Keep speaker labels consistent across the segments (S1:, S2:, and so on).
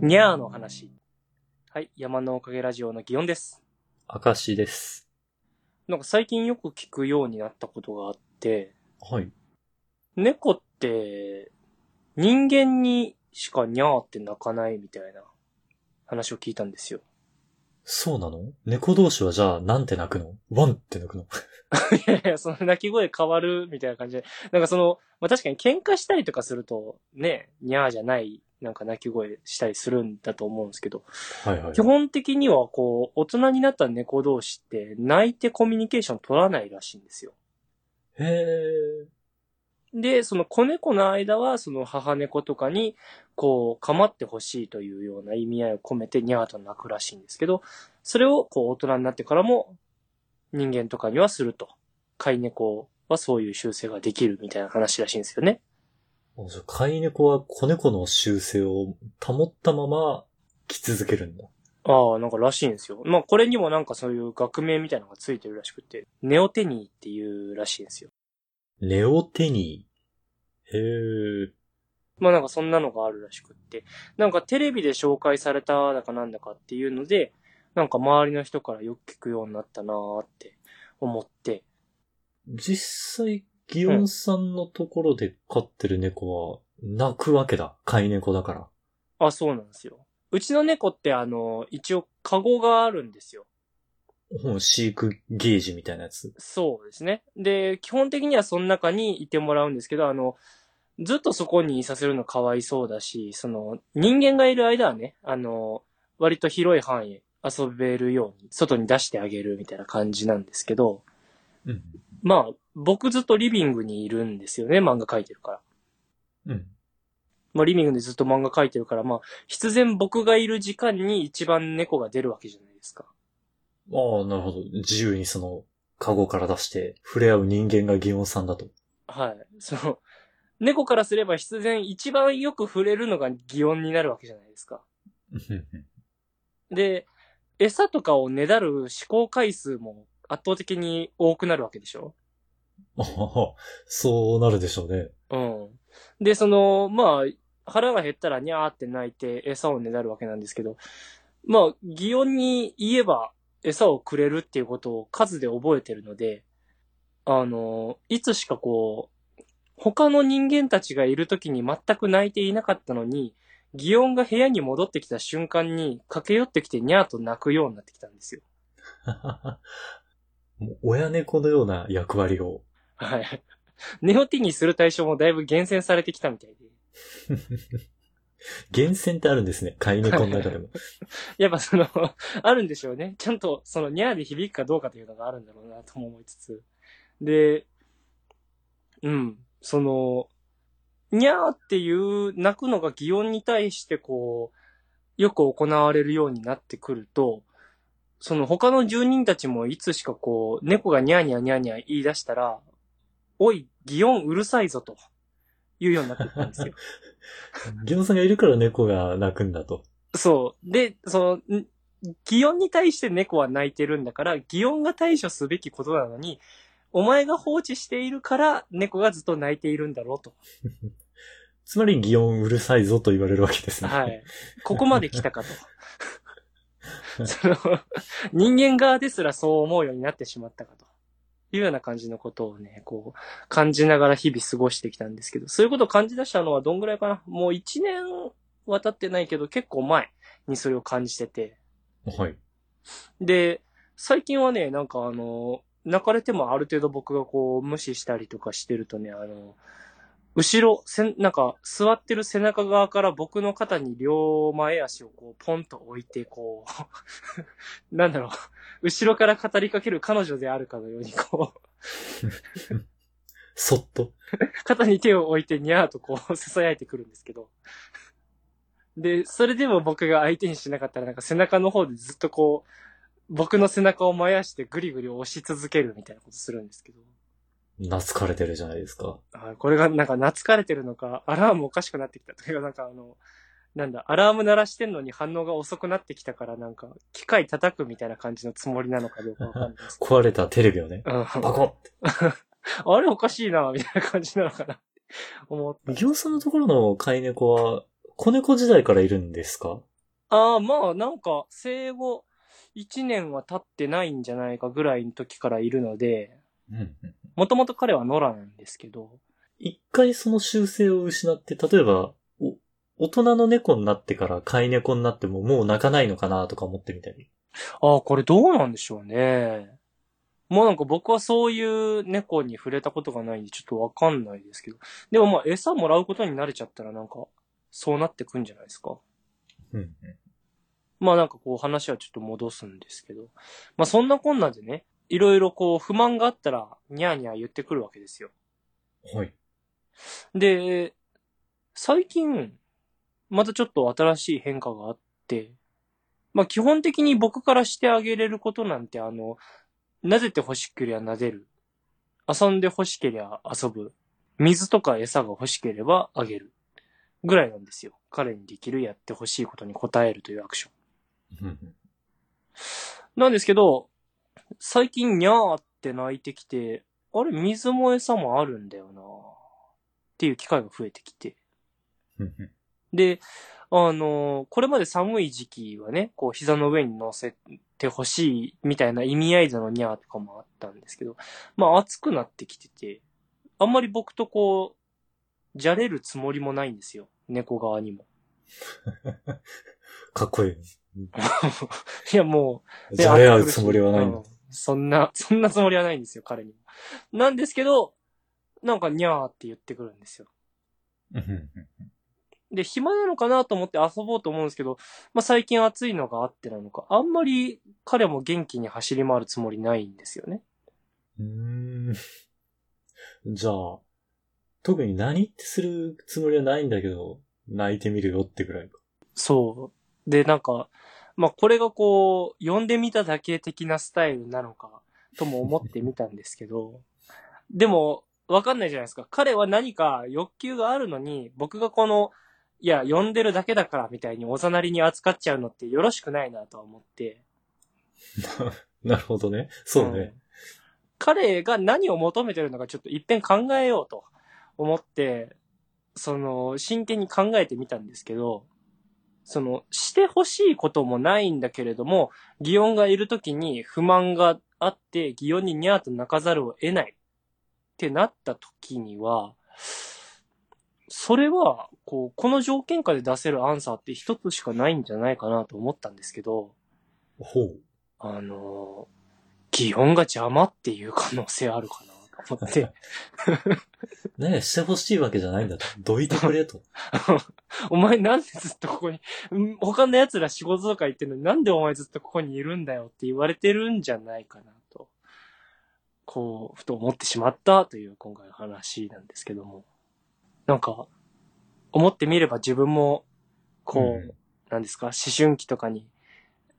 S1: にゃーの話。はい、山のおかげラジオの祇園です。
S2: 証です。
S1: なんか最近よく聞くようになったことがあって、
S2: はい。
S1: 猫って人間にしかにゃーって鳴かないみたいな話を聞いたんですよ。
S2: そうなの猫同士はじゃあ、なんて鳴くのワンって鳴くの
S1: いやいや、その鳴き声変わるみたいな感じで。なんかその、まあ、確かに喧嘩したりとかするとね、にゃーじゃないなんか鳴き声したりするんだと思うんですけど、
S2: はいはい。
S1: 基本的にはこう、大人になった猫同士って泣いてコミュニケーション取らないらしいんですよ。
S2: へー。
S1: で、その子猫の間は、その母猫とかに、こう、構ってほしいというような意味合いを込めて、にゃーと鳴くらしいんですけど、それを、こう、大人になってからも、人間とかにはすると。飼い猫はそういう習性ができるみたいな話らしいんですよね。
S2: あじゃあ飼い猫は子猫の習性を保ったまま来続けるんだ。
S1: ああ、なんからしいんですよ。まあ、これにもなんかそういう学名みたいなのがついてるらしくて、ネオテニーっていうらしいんですよ。
S2: ネオテニー。へー。
S1: まあなんかそんなのがあるらしくって。なんかテレビで紹介されただかなんだかっていうので、なんか周りの人からよく聞くようになったなーって思って。
S2: 実際、ギオンさんのところで飼ってる猫は、泣くわけだ。飼い猫だから。
S1: あ、そうなんですよ。うちの猫ってあの、一応カゴがあるんですよ。
S2: うん飼育ゲージみたいなやつ。
S1: そうですね。で、基本的にはその中にいてもらうんですけど、あの、ずっとそこにいさせるのかわいそうだし、その、人間がいる間はね、あの、割と広い範囲遊べるように、外に出してあげるみたいな感じなんですけど、
S2: うん。
S1: まあ、僕ずっとリビングにいるんですよね、漫画描いてるから。
S2: うん。
S1: まあ、リビングでずっと漫画描いてるから、まあ、必然僕がいる時間に一番猫が出るわけじゃないですか。
S2: ああ、なるほど。自由にその、カゴから出して、触れ合う人間がギオンさんだと。
S1: はい。その、猫からすれば必然一番よく触れるのが擬音になるわけじゃないですか。で、餌とかをねだる試行回数も圧倒的に多くなるわけでしょ
S2: ああそうなるでしょうね。
S1: うん。で、その、まあ、腹が減ったらにゃーって泣いて餌をねだるわけなんですけど、まあ、擬音に言えば餌をくれるっていうことを数で覚えてるので、あの、いつしかこう、他の人間たちがいる時に全く泣いていなかったのに、擬音が部屋に戻ってきた瞬間に駆け寄ってきてにゃーと泣くようになってきたんですよ。
S2: もう親猫のような役割を。
S1: はい。 ネオティにする対象もだいぶ厳選されてきたみたいで。
S2: 厳選ってあるんですね。飼い猫の中でも。
S1: やっぱその、あるんでしょうね。ちゃんと、その、ニャーで響くかどうかというのがあるんだろうな、とも思いつつ。で、うん、その、ニャーっていう、泣くのが擬音に対して、こう、よく行われるようになってくると、その他の住人たちもいつしかこう、猫がニャーニャーニャーニャー言い出したら、おい、擬音うるさいぞ、というようになってくるんですよ。
S2: ギオンさんがいるから猫が泣くんだと。
S1: そう。で、その、ん擬音に対して猫は泣いてるんだから、擬音が対処すべきことなのに、お前が放置しているから、猫がずっと泣いているんだろうと。
S2: つまりギオンうるさいぞと言われるわけですね。
S1: は。い。ここまで来たかと。その、人間側ですらそう思うようになってしまったかと。いうような感じのことをね、こう、感じながら日々過ごしてきたんですけど、そういうことを感じ出したのはどんぐらいかなもう一年は経ってないけど、結構前にそれを感じてて。
S2: はい。
S1: で、最近はね、なんかあの、泣かれてもある程度僕がこう、無視したりとかしてるとね、あの、後ろ、せん、なんか、座ってる背中側から僕の肩に両前足をこう、ポンと置いて、こう、 なんだろう、後ろから語りかける彼女であるかのように、こう、
S2: そっと。
S1: 肩に手を置いてニャーとこう、囁いてくるんですけど。で、それでも僕が相手にしなかったら、なんか背中の方でずっとこう、僕の背中を燃やしてぐりぐり押し続けるみたいなことするんですけど。
S2: 懐かれてるじゃないですか。
S1: あこれがなんか懐かれてるのか、アラームおかしくなってきたというか、なんかあの、なんだ、アラーム鳴らしてんのに反応が遅くなってきたから、なんか、機械叩くみたいな感じのつもりなのかどうかわかんないです
S2: 壊れたテレビをね。
S1: けど。うん
S2: バコッ
S1: あれおかしいな、みたいな感じなのかなって思った。
S2: ギオンさんのところの飼い猫は、子猫時代からいるんですか
S1: ああ、まあなんか生後1年は経ってないんじゃないかぐらいの時からいるので、
S2: うんうん。
S1: もともと彼は野良なんですけど、
S2: 一回その習性を失って、例えば、お、大人の猫になってから飼い猫になってももう泣かないのかなとか思ってみたり。
S1: ああ、これどうなんでしょうね。もうなんか僕はそういう猫に触れたことがないんでちょっとわかんないですけど。でもまあ餌もらうことに慣れちゃったらなんかそうなってくんじゃないですか。
S2: うんうん。
S1: まあなんかこう話はちょっと戻すんですけど。まあそんなこんなでね、いろいろこう不満があったらニャーニャー言ってくるわけですよ。
S2: はい。
S1: で、最近、またちょっと新しい変化があって、まあ基本的に僕からしてあげれることなんてあの、撫でて欲しけりゃ撫でる。遊んで欲しけりゃ遊ぶ。水とか餌が欲しければあげる。ぐらいなんですよ。彼にできるやって欲しいことに応えるというアクション。
S2: うんうん。
S1: なんですけど、最近にゃーって泣いてきて、あれ、水も餌もあるんだよなっていう機会が増えてきて。
S2: うんうん。
S1: で、あの、これまで寒い時期はね、こう膝の上に乗せてほしいみたいな意味合いでのニャーとかもあったんですけど、まあ暑くなってきてて、あんまり僕とこう、じゃれるつもりもないんですよ。猫側にも。
S2: かっこいい。
S1: いやもう、
S2: じゃれ合うつもりはないんだ
S1: うんそんな、そんなつもりはないんですよ、彼にも。なんですけど、なんかにゃーって言ってくるんですよ。
S2: うんうん
S1: で、暇なのかなと思って遊ぼうと思うんですけど、まあ、最近暑いのがあってなのか、あんまり彼も元気に走り回るつもりないんですよね。
S2: うん。うーん。じゃあ、特に何ってするつもりはないんだけど、泣いてみるよってぐらいか。
S1: そう。で、なんか、まあ、これがこう、呼んでみただけ的なスタイルなのか、とも思ってみたんですけど、 でも、わかんないじゃないですか。彼は何か欲求があるのに、僕がこの、いや、呼んでるだけだからみたいにおざなりに扱っちゃうのってよろしくないなとは思って。
S2: なるほどね。そうね。
S1: ん彼が何を求めてるのかちょっと一遍考えようと思って、その、真剣に考えてみたんですけど、その、してほしいこともないんだけれども、擬音がいるときに不満があって、擬音にニャーと泣かざるを得ないってなったときには、それは、こう、この条件下で出せるアンサーって一つしかないんじゃないかなと思ったんですけど、
S2: ほう。
S1: あのー、擬音が邪魔っていう可能性あるかなと思って、
S2: ねえ、してほしいわけじゃないんだと。どいてくれと。
S1: お前なんでずっとここに、うん他の奴ら仕事とか行ってんのになんでお前ずっとここにいるんだよって言われてるんじゃないかなと、こう、ふと思ってしまったという今回の話なんですけども、なんか、思ってみれば自分も、こう、
S2: うん
S1: なんですか、思春期とかに、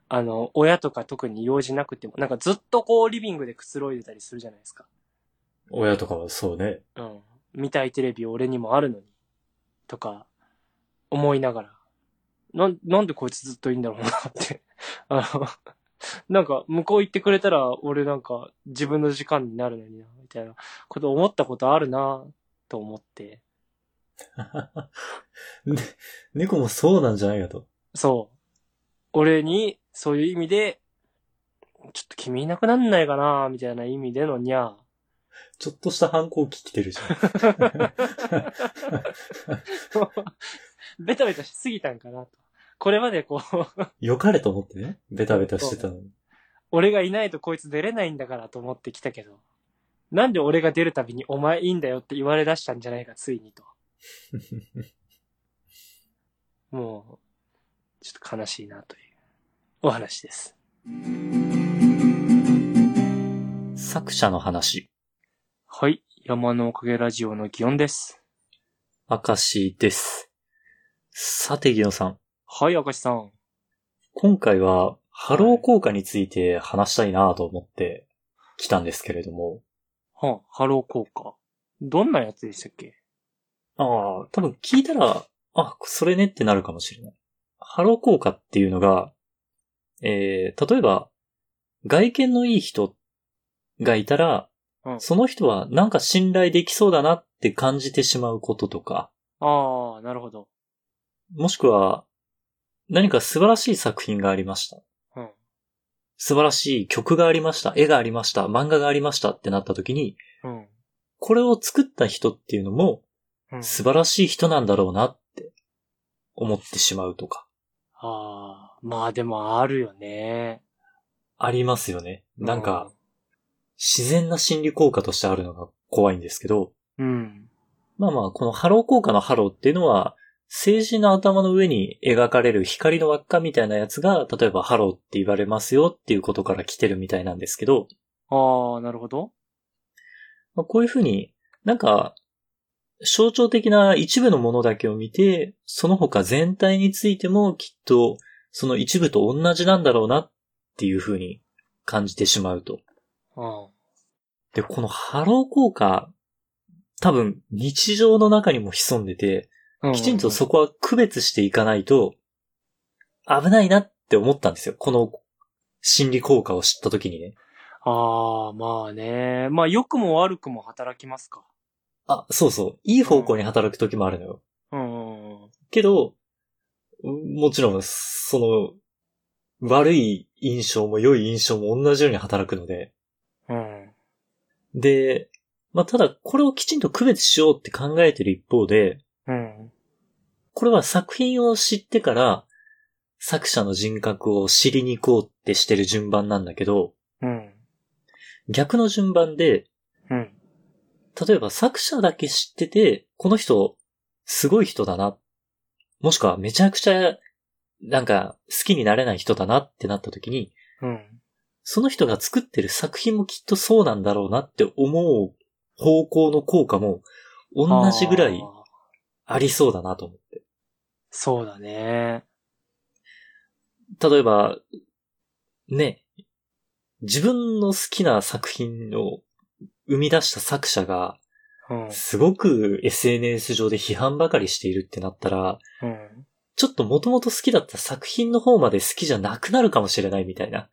S1: あの、親とか特に用事なくても、なんかずっとこうリビングでくつろいでたりするじゃないですか。
S2: 親とかはそうね。
S1: うん。見たいテレビ俺にもあるのに。とか、思いながら。なん、なんでこいつずっといいんだろうなって。 あの、なんか、向こう行ってくれたら、俺なんか、自分の時間になるのにな、みたいなこと思ったことあるな、と思って。
S2: ね、猫もそうなんじゃないかと。
S1: そう。俺に、そういう意味で、ちょっと君いなくなんないかな、みたいな意味でのにゃー。
S2: ちょっとした反抗期来てるじ ゃん。
S1: ベタベタしすぎたんかな、と。これまでこう、
S2: よかれと思ってね。ベタベタしてたのに。
S1: 俺がいないとこいつ出れないんだからと思ってきたけど、なんで俺が出るたびにお前いいんだよって言われ出したんじゃないか、ついに と。もう、ちょっと悲しいなというお話です。
S2: 作者の話。
S1: はい。山のおかげラジオの祇園です。
S2: 明石です。さて、ギノさん。
S1: はい、明石さん。
S2: 今回は、ハロー効果について話したいなと思って来たんですけれども。
S1: はあ、ハロー効果。どんなやつでしたっけ
S2: ああ、多分聞いたら、あ、それねってなるかもしれない。ハロー効果っていうのが、えー、例えば、外見のいい人がいたら、
S1: うん
S2: その人はなんか信頼できそうだなって感じてしまうこととか、
S1: ああ、なるほど。
S2: もしくは、何か素晴らしい作品がありました。
S1: うん
S2: 素晴らしい曲がありました、絵がありました、漫画がありましたってなった時に、
S1: うん。
S2: これを作った人っていうのも
S1: うん。
S2: 素晴らしい人なんだろうなって思ってしまうとか、
S1: ああ、まあでもあるよね。
S2: ありますよね。なんか、自然な心理効果としてあるのが怖いんですけど、
S1: うん、うん。
S2: まあまあ、このハロー効果のハローっていうのは、成人の頭の上に描かれる光の輪っかみたいなやつが、例えばハローって言われますよっていうことから来てるみたいなんですけど、
S1: ああ、なるほど。
S2: まあ、こういうふうになんか、象徴的な一部のものだけを見て、その他全体についてもきっとその一部と同じなんだろうなっていうふうに感じてしまうと。
S1: うん。
S2: で、このハロー効果、多分日常の中にも潜んでて、
S1: うん
S2: きちんとそこは区別していかないと、危ないなって思ったんですよ。この心理効果を知った時にね。
S1: ああ、まあね。まあ、良くも悪くも働きますか。
S2: あ、そうそう。いい方向に働く時もあるのよ。
S1: うんうんうん。
S2: けど、もちろん、その、悪い印象も良い印象も同じように働くので。
S1: うん。
S2: で、まあ、ただ、これをきちんと区別しようって考えてる一方で、
S1: うん。
S2: これは作品を知ってから、作者の人格を知りに行こうってしてる順番なんだけど、
S1: うん。
S2: 逆の順番で、
S1: うん。
S2: 例えば作者だけ知ってて、この人、すごい人だな。もしくはめちゃくちゃ、なんか、好きになれない人だなってなった時に、
S1: うん。
S2: その人が作ってる作品もきっとそうなんだろうなって思う方向の効果も、同じぐら
S1: あ
S2: い
S1: ー
S2: ありそうだなと思って。
S1: そうだね。
S2: 例えば、ね、自分の好きな作品を生み出した作者が、
S1: うん。
S2: すごく SNS 上で批判ばかりしているってなったら、
S1: うん。
S2: ちょっと元々好きだった作品の方まで好きじゃなくなるかもしれないみたいな。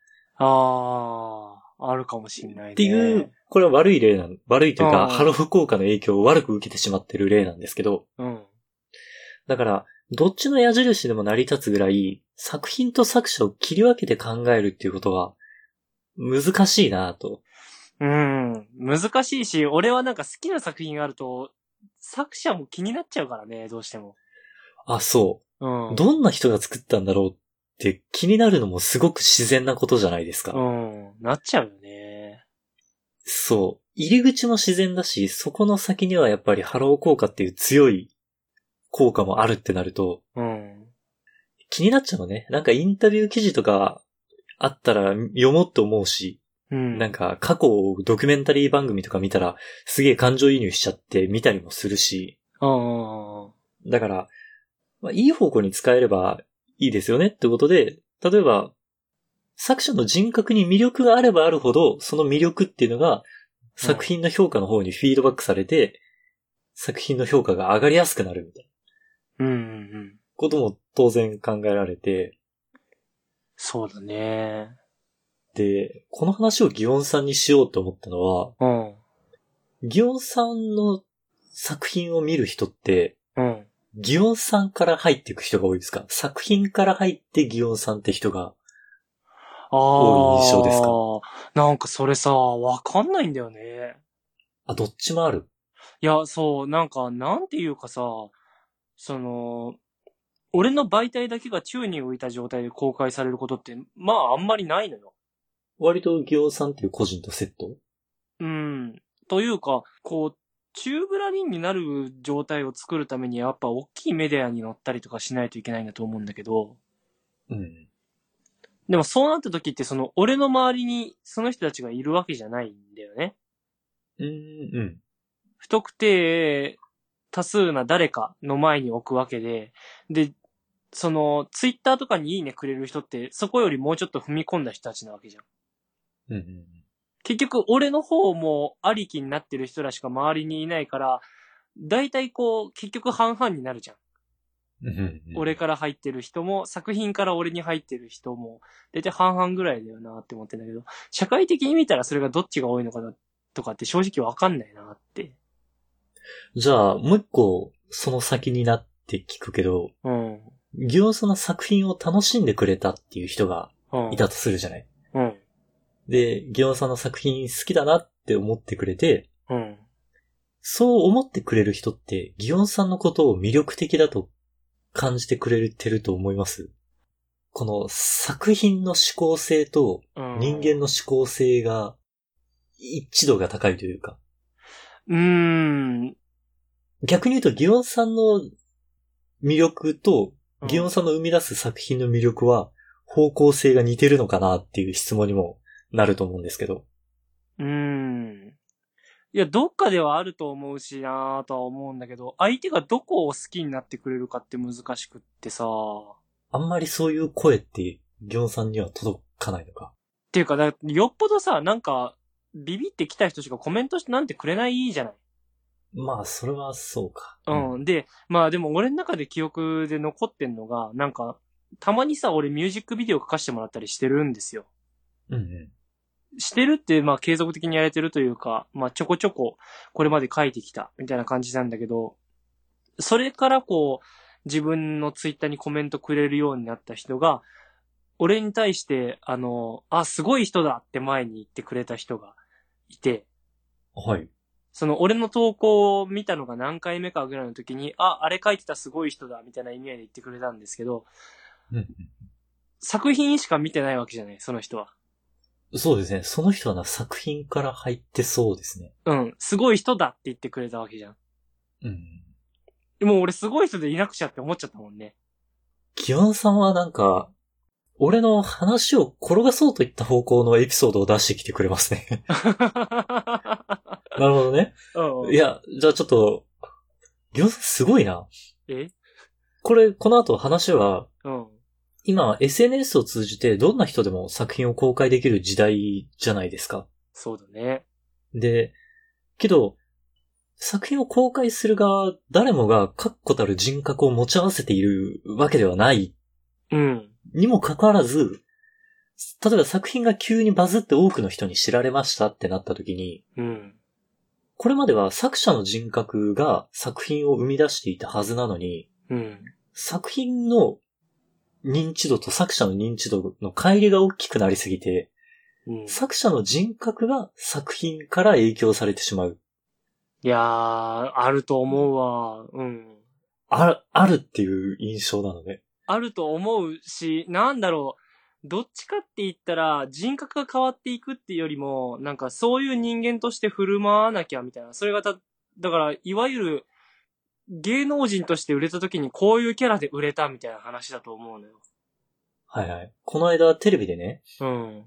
S1: ああ、あるかもしんないね。
S2: っていう、これは悪い例なん、悪いという
S1: あ
S2: か、
S1: ー
S2: ハロー効果の影響を悪く受けてしまってる例なんですけど、
S1: うん。
S2: だから、どっちの矢印でも成り立つぐらい、作品と作者を切り分けて考えるっていうことは、難しいなぁと。
S1: うん。難しいし、俺はなんか好きな作品があると、作者も気になっちゃうからね、どうしても。
S2: あ、そうう。
S1: ん。
S2: どんな人が作ったんだろうって気になるのもすごく自然なことじゃないですか。
S1: うん。なっちゃうよね。
S2: そう。入り口も自然だし、そこの先にはやっぱりハロー効果っていう強い効果もあるってなると、
S1: うん。
S2: 気になっちゃうのね。なんかインタビュー記事とかあったら読もうって思うし、
S1: うん。
S2: なんか過去ドキュメンタリー番組とか見たらすげえ感情移入しちゃって見たりもするし、
S1: うん。うん。
S2: だから、まあ、いい方向に使えればいいですよねってことで、例えば、作者の人格に魅力があればあるほど、その魅力っていうのが、作品の評価の方にフィードバックされて、作品の評価が上がりやすくなるみたいな
S1: うん。うん。
S2: ことも当然考えられて、
S1: そうだね。
S2: で、この話をギオンさんにしようと思ったのは、
S1: うん。
S2: ギオンさんの作品を見る人って、
S1: うん。
S2: ギオンさんから入っていく人が多いですか作品から入ってギオンさんって人が、
S1: ああ。
S2: 多い印象ですか
S1: なんかそれさ、わかんないんだよね。
S2: あ、どっちもある。
S1: いや、そう、なんか、なんていうかさ、その、俺の媒体だけが宙に浮いた状態で公開されることって、まあ、あんまりないのよ。
S2: 割とギオンさんっていう個人とセット
S1: うん。というか、こう、宙ぶらりんになる状態を作るために、やっぱ大きいメディアに乗ったりとかしないといけないんだと思うんだけど、
S2: うん。
S1: でもそうなった時って、その、俺の周りにその人たちがいるわけじゃないんだよね。
S2: うん、うん。
S1: 不特定多数な誰かの前に置くわけで、で、その、ツイッターとかにいいねくれる人って、そこよりもうちょっと踏み込んだ人たちなわけじゃん。
S2: うん、うん。
S1: 結局、俺の方もありきになってる人らしか周りにいないから、大体こう、結局半々になるじゃん。
S2: うんうん
S1: 俺。から入ってる人も、作品から俺に入ってる人も、大体半々ぐらいだよなって思ってんだけど、社会的に見たらそれがどっちが多いのかなとかって正直わかんないなって。
S2: じゃあ、もう一個、その先になって聞くけど、
S1: うん。
S2: ギオンソの作品を楽しんでくれたっていう人が
S1: うん。
S2: いたとするじゃない。
S1: うん。
S2: で、ギオンソの作品好きだなって思ってくれて、
S1: うん。
S2: そう思ってくれる人って、ギオンさんのことを魅力的だと感じてくれてると思いますこの作品の思考性と
S1: うん。
S2: 人間の思考性が一致度が高いというか、
S1: うーん。
S2: 逆に言うとギオンさんの魅力と
S1: うん
S2: ギオンさんの生み出す作品の魅力は方向性が似てるのかなっていう質問にもなると思うんですけど。
S1: うーん。いや、どっかではあると思うしなぁとは思うんだけど、相手がどこを好きになってくれるかって難しくってさ
S2: あんまりそういう声ってギオンさんには届かないのか。
S1: っていうか、だよっぽどさ、なんか、ビビってきた人しかコメントしてなんてくれないじゃない。
S2: まあ、それはそうか。
S1: うん。で、まあでも俺の中で記憶で残ってんのが、なんか、たまにさ、俺ミュージックビデオ書かせてもらったりしてるんですよ。
S2: うんうん。
S1: してるって、まあ継続的にやれてるというか、まあちょこちょここれまで書いてきたみたいな感じなんだけど、それからこう、自分のツイッターにコメントくれるようになった人が、俺に対して、あの、あ、すごい人だって前に言ってくれた人がいて、
S2: はい。
S1: その俺の投稿を見たのが何回目かぐらいの時に、あ、あれ書いてたすごい人だみたいな意味合いで言ってくれたんですけど、
S2: うんうん
S1: 作品しか見てないわけじゃない、その人は。
S2: そうですね。その人はな、作品から入ってそうですね。
S1: うん、すごい人だって言ってくれたわけじゃん。
S2: うん。
S1: もう俺すごい人でいなくちゃって思っちゃったもん ね。
S2: ギオンさんはなんか、俺の話を転がそうといった方向のエピソードを出してきてくれますね。 なるほどね。
S1: うん
S2: いや、じゃあちょっと、ギオンさんすごいな。
S1: え
S2: これ、この後話は、
S1: うん。
S2: 今 SNS を通じてどんな人でも作品を公開できる時代じゃないですか。
S1: そうだね。
S2: で、けど、作品を公開する側、誰もが確固たる人格を持ち合わせているわけではない
S1: うん。
S2: にもかかわらず、例えば作品が急にバズって多くの人に知られましたってなった時に、
S1: うん。
S2: これまでは作者の人格が作品を生み出していたはずなのに、
S1: うん。
S2: 作品の認知度と作者の認知度の乖離が大きくなりすぎて、
S1: うん、
S2: 作者の人格が作品から影響されてしまう。
S1: いやー、あると思うわ。うん。
S2: ある、あるっていう印象なので。
S1: あると思うし、なんだろう。どっちかって言ったら、人格が変わっていくっていうよりも、なんかそういう人間として振る舞わなきゃみたいな。それがた、だから、いわゆる、芸能人として売れた時にこういうキャラで売れたみたいな話だと思うのよ。
S2: はいはい。この間テレビでね、
S1: うん。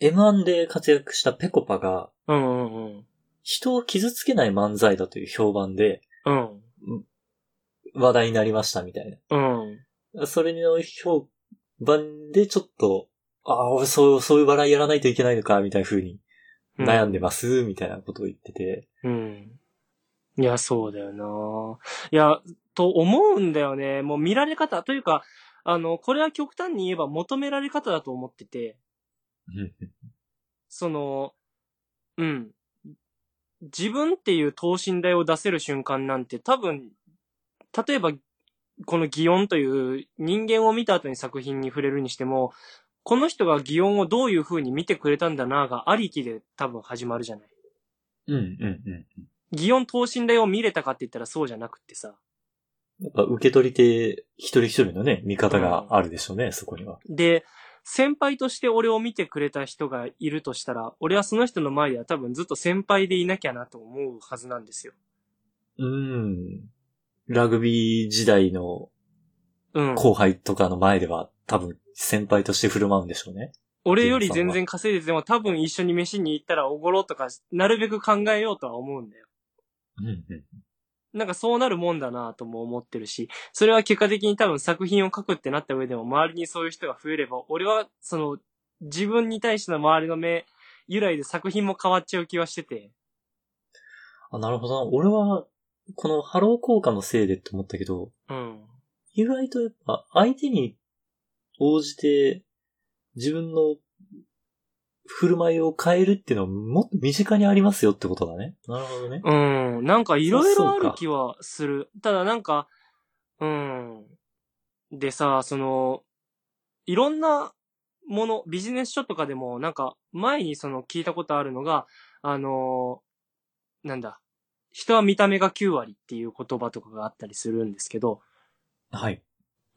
S2: M1 で活躍したペコパが、
S1: うんうんうん。
S2: 人を傷つけない漫才だという評判で
S1: うん。
S2: 話題になりましたみたい
S1: うん。
S2: な。それの評判でちょっと、ああ、俺そう、そういう笑いやらないといけないのか、みたいな風に悩んでます、みたいなことを言ってて。
S1: うん。いや、そうだよな。いや、と思うんだよね。もう見られ方というか、あの、これは極端に言えば求められ方だと思ってて、その、うん。自分っていう等身大を出せる瞬間なんて多分、例えば、この擬音という人間を見た後に作品に触れるにしても、この人が擬音をどういう風に見てくれたんだながありきで多分始まるじゃない。
S2: うん、うん、うん。
S1: 擬音等身大を見れたかって言ったらそうじゃなくってさ。
S2: やっぱ受け取り手一人一人のね、見方があるでしょうね、そこには。
S1: で、先輩として俺を見てくれた人がいるとしたら、俺はその人の前では多分ずっと先輩でいなきゃなと思うはずなんですよ。
S2: うん。ラグビー時代の
S1: うん。
S2: 後輩とかの前では、多分先輩として振る舞うんでしょうね。
S1: 俺より全然稼いでても多分一緒に飯に行ったらおごろうとか、なるべく考えようとは思うんだよ。
S2: うん、うん。
S1: なんかそうなるもんだなとも思ってるし、それは結果的に多分作品を書くってなった上でも周りにそういう人が増えれば、俺はその自分に対しての周りの目由来で作品も変わっちゃう気はしてて。
S2: あ、なるほどな。俺は、このハロー効果のせいでって思ったけど、
S1: うん。
S2: 意外とやっぱ相手に応じて自分の振る舞いを変えるっていうのはもっと身近にありますよってことだね。なるほどね。
S1: うん。なんかいろい
S2: そう
S1: ろあ
S2: そうか
S1: る気はする。ただなんか、うん。でさ、その、いろんなもの、ビジネス書とかでも、なんか、前にその聞いたことあるのが、あのーなんだ、人は見た目が9割っていう言葉とかがあったりするんですけど、
S2: はい。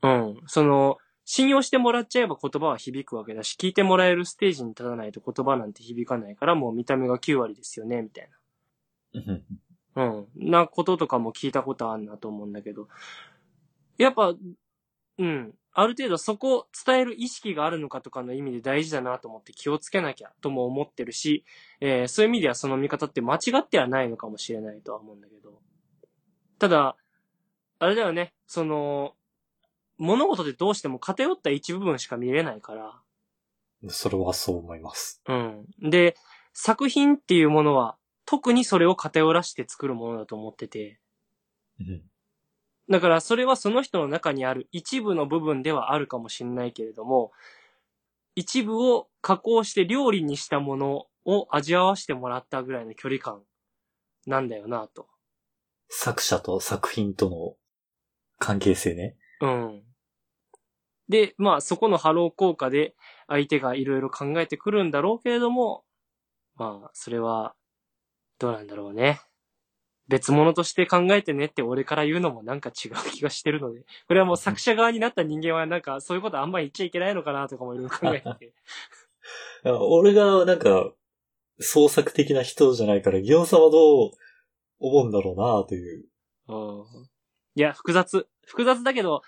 S1: うん。その、信用してもらっちゃえば言葉は響くわけだし、聞いてもらえるステージに立たないと言葉なんて響かないから、もう見た目が9割ですよね、みたいな。
S2: うん
S1: うん。なこととかも聞いたことあるなと思うんだけど。やっぱ、うん。ある程度そこを伝える意識があるのかとかの意味で大事だなと思って気をつけなきゃとも思ってるし、えーそういう意味ではその見方って間違ってはないのかもしれないとは思うんだけど。ただ、あれだよね。その、物事でどうしても偏った一部分しか見れないから、
S2: それはそう思います。
S1: うん。で、作品っていうものは、特にそれを偏らして作るものだと思ってて。
S2: うん
S1: だから、それはその人の中にある一部の部分ではあるかもしれないけれども、一部を加工して料理にしたものを味わわせてもらったぐらいの距離感なんだよなと。
S2: 作者と作品との関係性ね。
S1: うん。で、まあそこのハロー効果で相手がいろいろ考えてくるんだろうけれども、まあそれはどうなんだろうね。別物として考えてねって俺から言うのもなんか違う気がしてるので、これはもう作者側になった人間はなんかそういうことあんまり言っちゃいけないのかなとかもいろいろ考えてて。
S2: 俺がなんか、創作的な人じゃないから、ギョンさんはどう思うんだろうなという。
S1: うんいや、複雑。複雑だけど、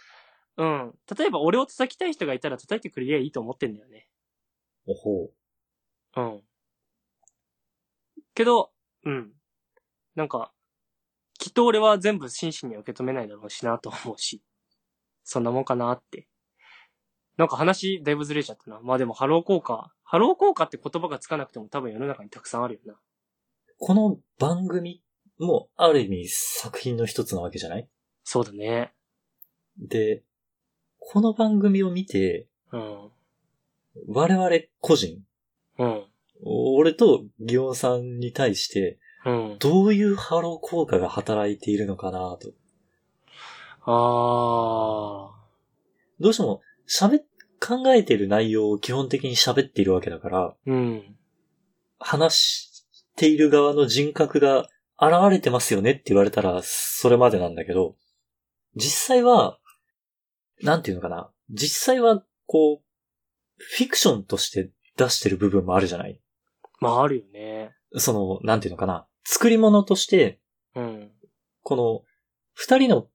S1: うん。例えば俺を叩きたい人がいたら叩いてくれりゃいいと思ってんだよね。
S2: おほう。
S1: うん。けど、うん。なんか、きっと俺は全部真摯には受け止めないだろうしなと思うし。そんなもんかなって。なんか話だいぶずれちゃったな。まあでもハロー効果。ハロー効果って言葉がつかなくても多分世の中にたくさんあるよな。
S2: この番組もある意味作品の一つなわけじゃない
S1: そうだね。
S2: で、この番組を見て、
S1: うん。
S2: 我々個人、
S1: うん。
S2: 俺とギオンさんに対して、
S1: うん。
S2: どういうハロー効果が働いているのかなと。
S1: あ
S2: どうしても喋っ、考えている内容を基本的に喋っているわけだから、
S1: ー。うん。
S2: 話している側の人格が現れてますよねって言われたら、それまでなんだけど、実際は、なんていうのかな。実際は、こう、フィクションとして出してる部分もあるじゃない
S1: まああるよね。
S2: その、なんていうのかな。作り物として、
S1: うん。
S2: この、二人の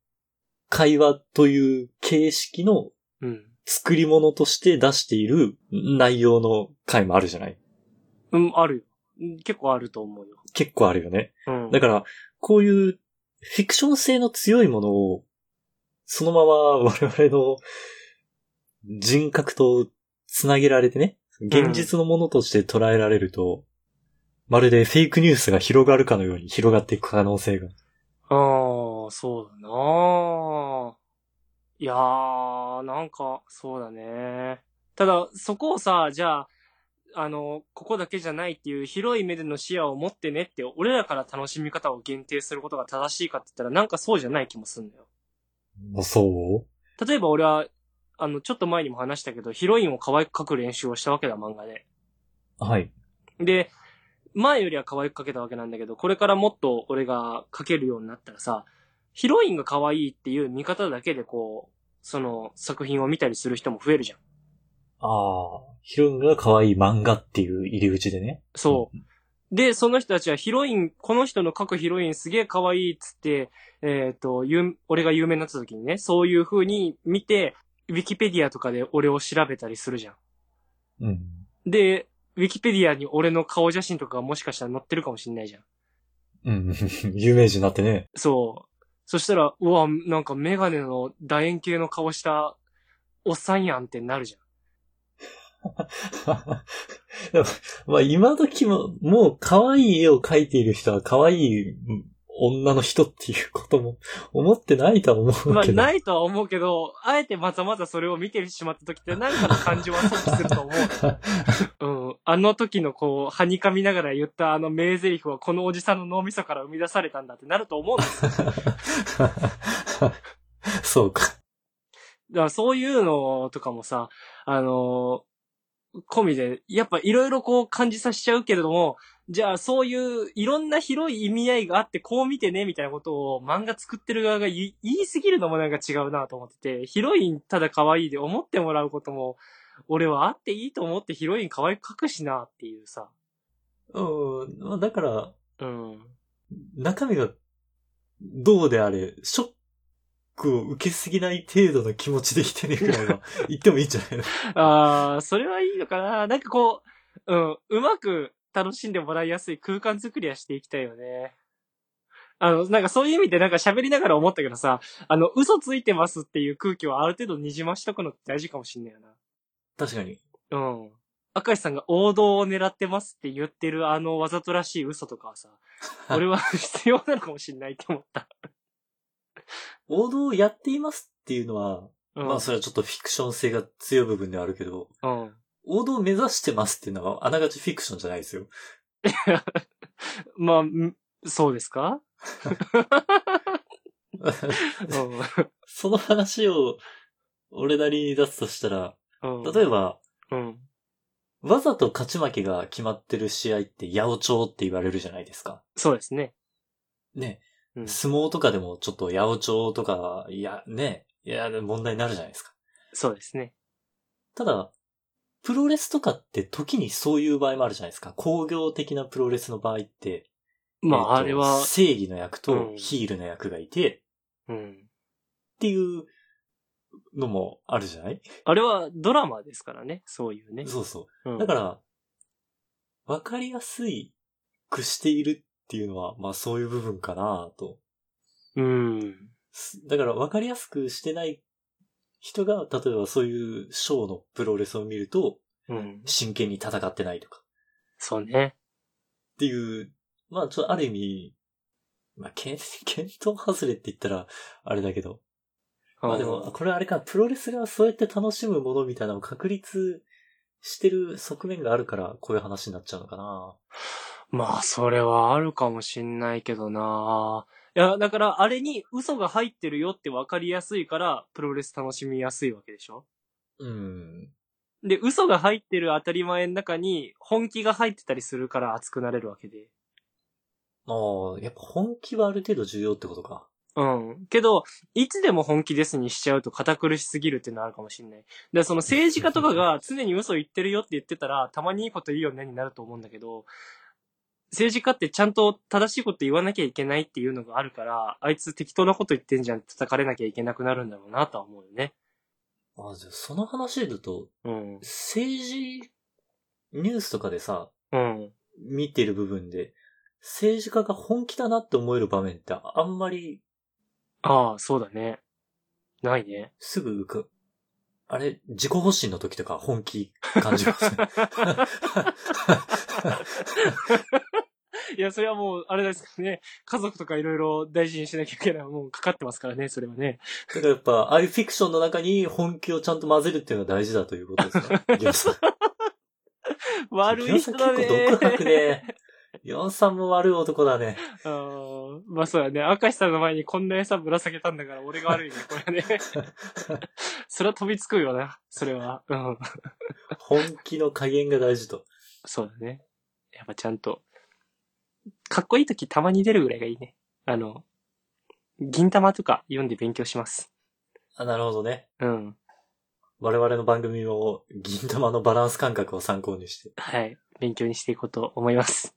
S2: 会話という形式の
S1: うん。
S2: 作り物として出している内容の回もあるじゃない
S1: うん、あるようん。結構あると思うよ。
S2: 結構あるよね。
S1: うん。
S2: だから、こういうフィクション性の強いものを、そのまま我々の人格とつなげられてね、現実のものとして捉えられると、まるでフェイクニュースが広がるかのように広がっていく可能性が。
S1: ああ、そうだなあいやー、なんか、そうだね。ただ、そこをさ、じゃあ、あの、ここだけじゃないっていう広い目での視野を持ってねって、俺らから楽しみ方を限定することが正しいかって言ったら、なんかそうじゃない気もすんだよ。
S2: そう
S1: 例えば俺は、あの、ちょっと前にも話したけど、ヒロインを可愛く描く練習をしたわけだ、漫画で。
S2: はい。
S1: で、前よりは可愛く描けたわけなんだけど、これからもっと俺が描けるようになったらさ、ヒロインが可愛いっていう見方だけでこう、その作品を見たりする人も増えるじゃん。
S2: ああ、ヒロインが可愛い漫画っていう入り口でね。
S1: そう。で、その人たちはヒロイン、この人の描くヒロインすげえ可愛いっつって、えっ、と、ゆん俺が有名になった時にね、そういう風に見て、ウィキペディアとかで俺を調べたりするじゃん。
S2: うん。
S1: で、ウィキペディアに俺の顔写真とかがもしかしたら載ってるかもしんないじゃん。
S2: うん。 有名人になってね。
S1: そう。そしたら、うわ、なんかメガネの楕円形の顔したおっさんやんってなるじ
S2: でも、まあ今時も、もう可愛い絵を描いている人は可愛いうん女の人っていうことも思ってないとは思うけ
S1: ゃん。
S2: ど。
S1: まあ、 ないとは思うけど、あえてまざまざそれを見てしまった時って何かの感情は想起すると思 う。うん。あの時のこう、はにかみながら言ったあの名台詞はこのおじさんの脳みそから生み出されたんだってなると思うんです。
S2: そうか。
S1: だからそういうのとかもさ、あのー込みで、やっぱいろいろこう感じさせちゃうけれども、じゃあそういういろんな広い意味合いがあってこう見てねみたいなことを漫画作ってる側が言い言いすぎるのもなんか違うなと思ってて、ヒロインただ可愛いで思ってもらうことも、俺はあっていいと思ってヒロイン可愛く描くしなっていうさ。
S2: うん、まあだから、
S1: うん。
S2: 中身がどうであれ、ショックを受けすぎない程度の気持ちでいてねくらいは 言ってもいいんじゃないの
S1: ああ、それはいいのかな。なんかこう、うん、うまく楽しんでもらいやすい空間作りはしていきたいよね。あの、なんかそういう意味でなんか喋りながら思ったけどさ、あの、嘘ついてますっていう空気をある程度にじましとくのって大事かもしんないよ
S2: 確かに。
S1: な。うん。赤石さんが王道を狙ってますって言ってるあのわざとらしい嘘とかは さ、俺は必要なのかもしんないと思った。
S2: 王道をやっていますっていうのは、
S1: うん。
S2: まあそれはちょっとフィクション性が強い部分ではあるけど、
S1: うん。
S2: 王道を目指してますっていうのはあながちフィクションじゃないですよ。
S1: まあ、んそうですかうん。
S2: その話を俺なりに出すとしたら、
S1: うん。
S2: 例えば、
S1: うん。
S2: わざと勝ち負けが決まってる試合って八百長って言われるじゃないですか。
S1: そうですね。
S2: ね。
S1: うん
S2: 相撲とかでもちょっと八百長とか、いや、ね、いや、問題になるじゃないですか。
S1: そうですね。
S2: ただ、プロレスとかって時にそういう場合もあるじゃないですか。工業的なプロレスの場合って、
S1: ま
S2: えー
S1: あ、
S2: と
S1: あれは、
S2: 正義の役と
S1: うん
S2: ヒールの役がいて、っ
S1: うん。
S2: ていうのもあるじゃない
S1: あれはドラマですからね、そういうね。
S2: そうそうう。
S1: ん
S2: だから、わかりやすいくしているっていうのは、まあそういう部分かなと。
S1: うん。
S2: すだから分かりやすくしてない人が、例えばそういうショーのプロレスを見ると、
S1: うん。
S2: 真剣に戦ってないとか、
S1: そうね。
S2: っていう、まあちょっとある意味、まあ、 検検討外れって言ったら、あれだけど。まあでも、これはあれか、プロレスがそうやって楽しむものみたいなのを確立してる側面があるから、こういう話になっちゃうのかな。
S1: まあ、それはあるかもしんないけどな。いや、だから、あれに嘘が入ってるよって分かりやすいから、プロレス楽しみやすいわけでしょ
S2: うん。
S1: で、嘘が入ってる当たり前の中に、本気が入ってたりするから熱くなれるわけで。
S2: ああ、やっぱ本気はある程度重要ってことか。
S1: うん。けど、いつでも本気ですにしちゃうと堅苦しすぎるっていうのはあるかもしれない。で、その政治家とかが常に嘘言ってるよって言ってたら、たまにいいこと言うよねになると思うんだけど、政治家ってちゃんと正しいこと言わなきゃいけないっていうのがあるから、あいつ適当なこと言ってんじゃんって叩かれなきゃいけなくなるんだろうなとは思うよね。
S2: ああ、じゃあその話だと、
S1: うん。
S2: 政治ニュースとかでさ、
S1: うん。
S2: 見てる部分で、政治家が本気だなって思える場面ってあんまり
S1: ああ、そうだね。ないね。
S2: すぐ浮く。あれ、自己保身の時とか本気感じますね。
S1: いや、それはもう、あれですからね。家族とかいろいろ大事にしなきゃいけない。もうかかってますからね、それはね。
S2: だからやっぱ、ああいうフィクションの中に本気をちゃんと混ぜるっていうのは大事だということですね。ギョンさん
S1: 悪い人だね。
S2: ギョンさん結構独白ね。ギョンさんも悪い男だね。
S1: あーまあそうだね。明石さんの前にこんな餌ぶら下げたんだから俺が悪いね、これはね。 それは飛びつくよな、それは。うん。
S2: 本気の加減が大事と。
S1: そうだね。やっぱちゃんと。かっこいい時たまに出るぐらいがいいね。あの、銀玉とか読んで勉強します。
S2: あ、なるほどね。
S1: うん。
S2: 我々の番組も銀玉のバランス感覚を参考にして。
S1: はい。勉強にしていこうと思います。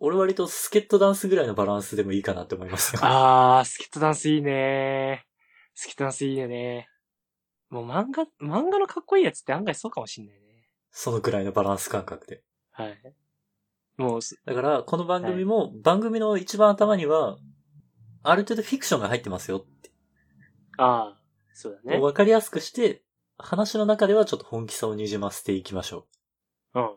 S2: 俺割とスケットダンスぐらいのバランスでもいいかなって思いますよ。
S1: あー、スケットダンスいいねスケットダンスいいよね。もう漫画、漫画のかっこいいやつって案外そうかもしんないね。
S2: そのくらいのバランス感覚で。
S1: はい。もう、
S2: だから、この番組も、番組の一番頭には、ある程度フィクションが入ってますよ。
S1: ああ、そうだね。
S2: わかりやすくして、話の中ではちょっと本気さをにじませていきましょ
S1: うん。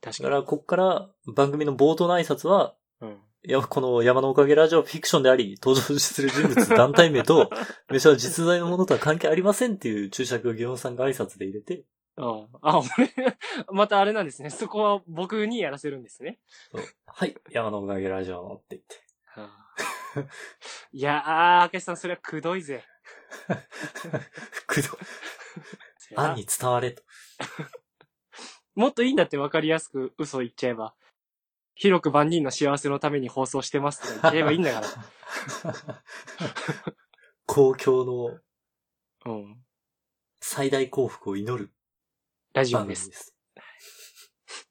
S1: 確か
S2: う。だか
S1: に。
S2: ら、こっから番組の冒頭の挨拶は、
S1: うん。
S2: いや、この山のおかげラジオはフィクションであり、登場する人物団体 名と、 めちゃ実在のものとは関係ありませんっていう注釈をギオンさんが挨拶で入れて、
S1: ああ、俺、 またあれなんですね。そこは僕にやらせるんですね。
S2: そうはい、山のおかげラジオのって言って。
S1: いやあ、明石さん、それはくどいぜ。
S3: け
S2: く
S3: ど、案に伝われと。
S1: もっといいんだって分かりやすく嘘言っちゃえば。広く万人の幸せのために放送してますとか言えばいいん だから。
S3: 公共の
S1: うん。
S3: 最大幸福を祈る
S1: ラジオ
S3: 番
S1: で。
S3: 組ですす。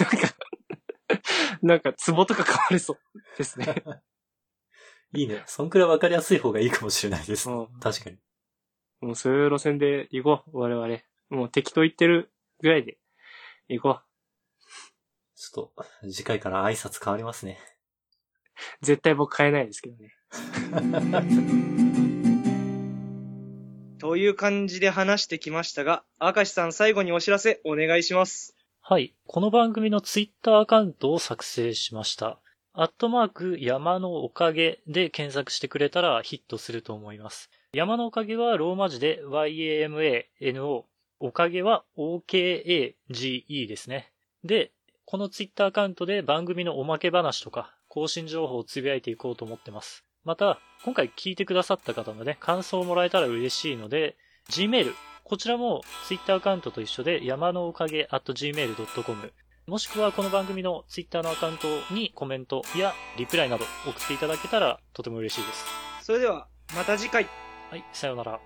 S1: なんか、なんか、壺とか買われそうですね。
S3: いいね。そんくらいわかりやすい方がいいかもしれないです。
S1: うん
S3: 確かに。
S1: もうそういう路線で行こう、我々。もう適当言ってるぐらいで行こ
S3: ちょっと、次回から挨拶変わりますね。
S1: う。絶対僕変えないですけどね。
S4: という感じで話してきましたが、明石さん最後にお知らせお願いします。
S2: はい。この番組のツイッターアカウントを作成しました。アットマーク山のおかげで検索してくれたらヒットすると思います。山のおかげはローマ字で YAMANO。おかげは OKAGE ですね。で、このツイッターアカウントで番組のおまけ話とか更新情報をつぶやいていこうと思ってます。また、今回聞いてくださった方のね、感想をもらえたら嬉しいので、Gmail、こちらも Twitter アカウントと一緒で山のおかげ at gmail.com もしくはこの番組の Twitter のアカウントにコメントやリプライなど送っていただけたらとても嬉しいです。
S4: それでは、また次回。
S2: はい、さようなら。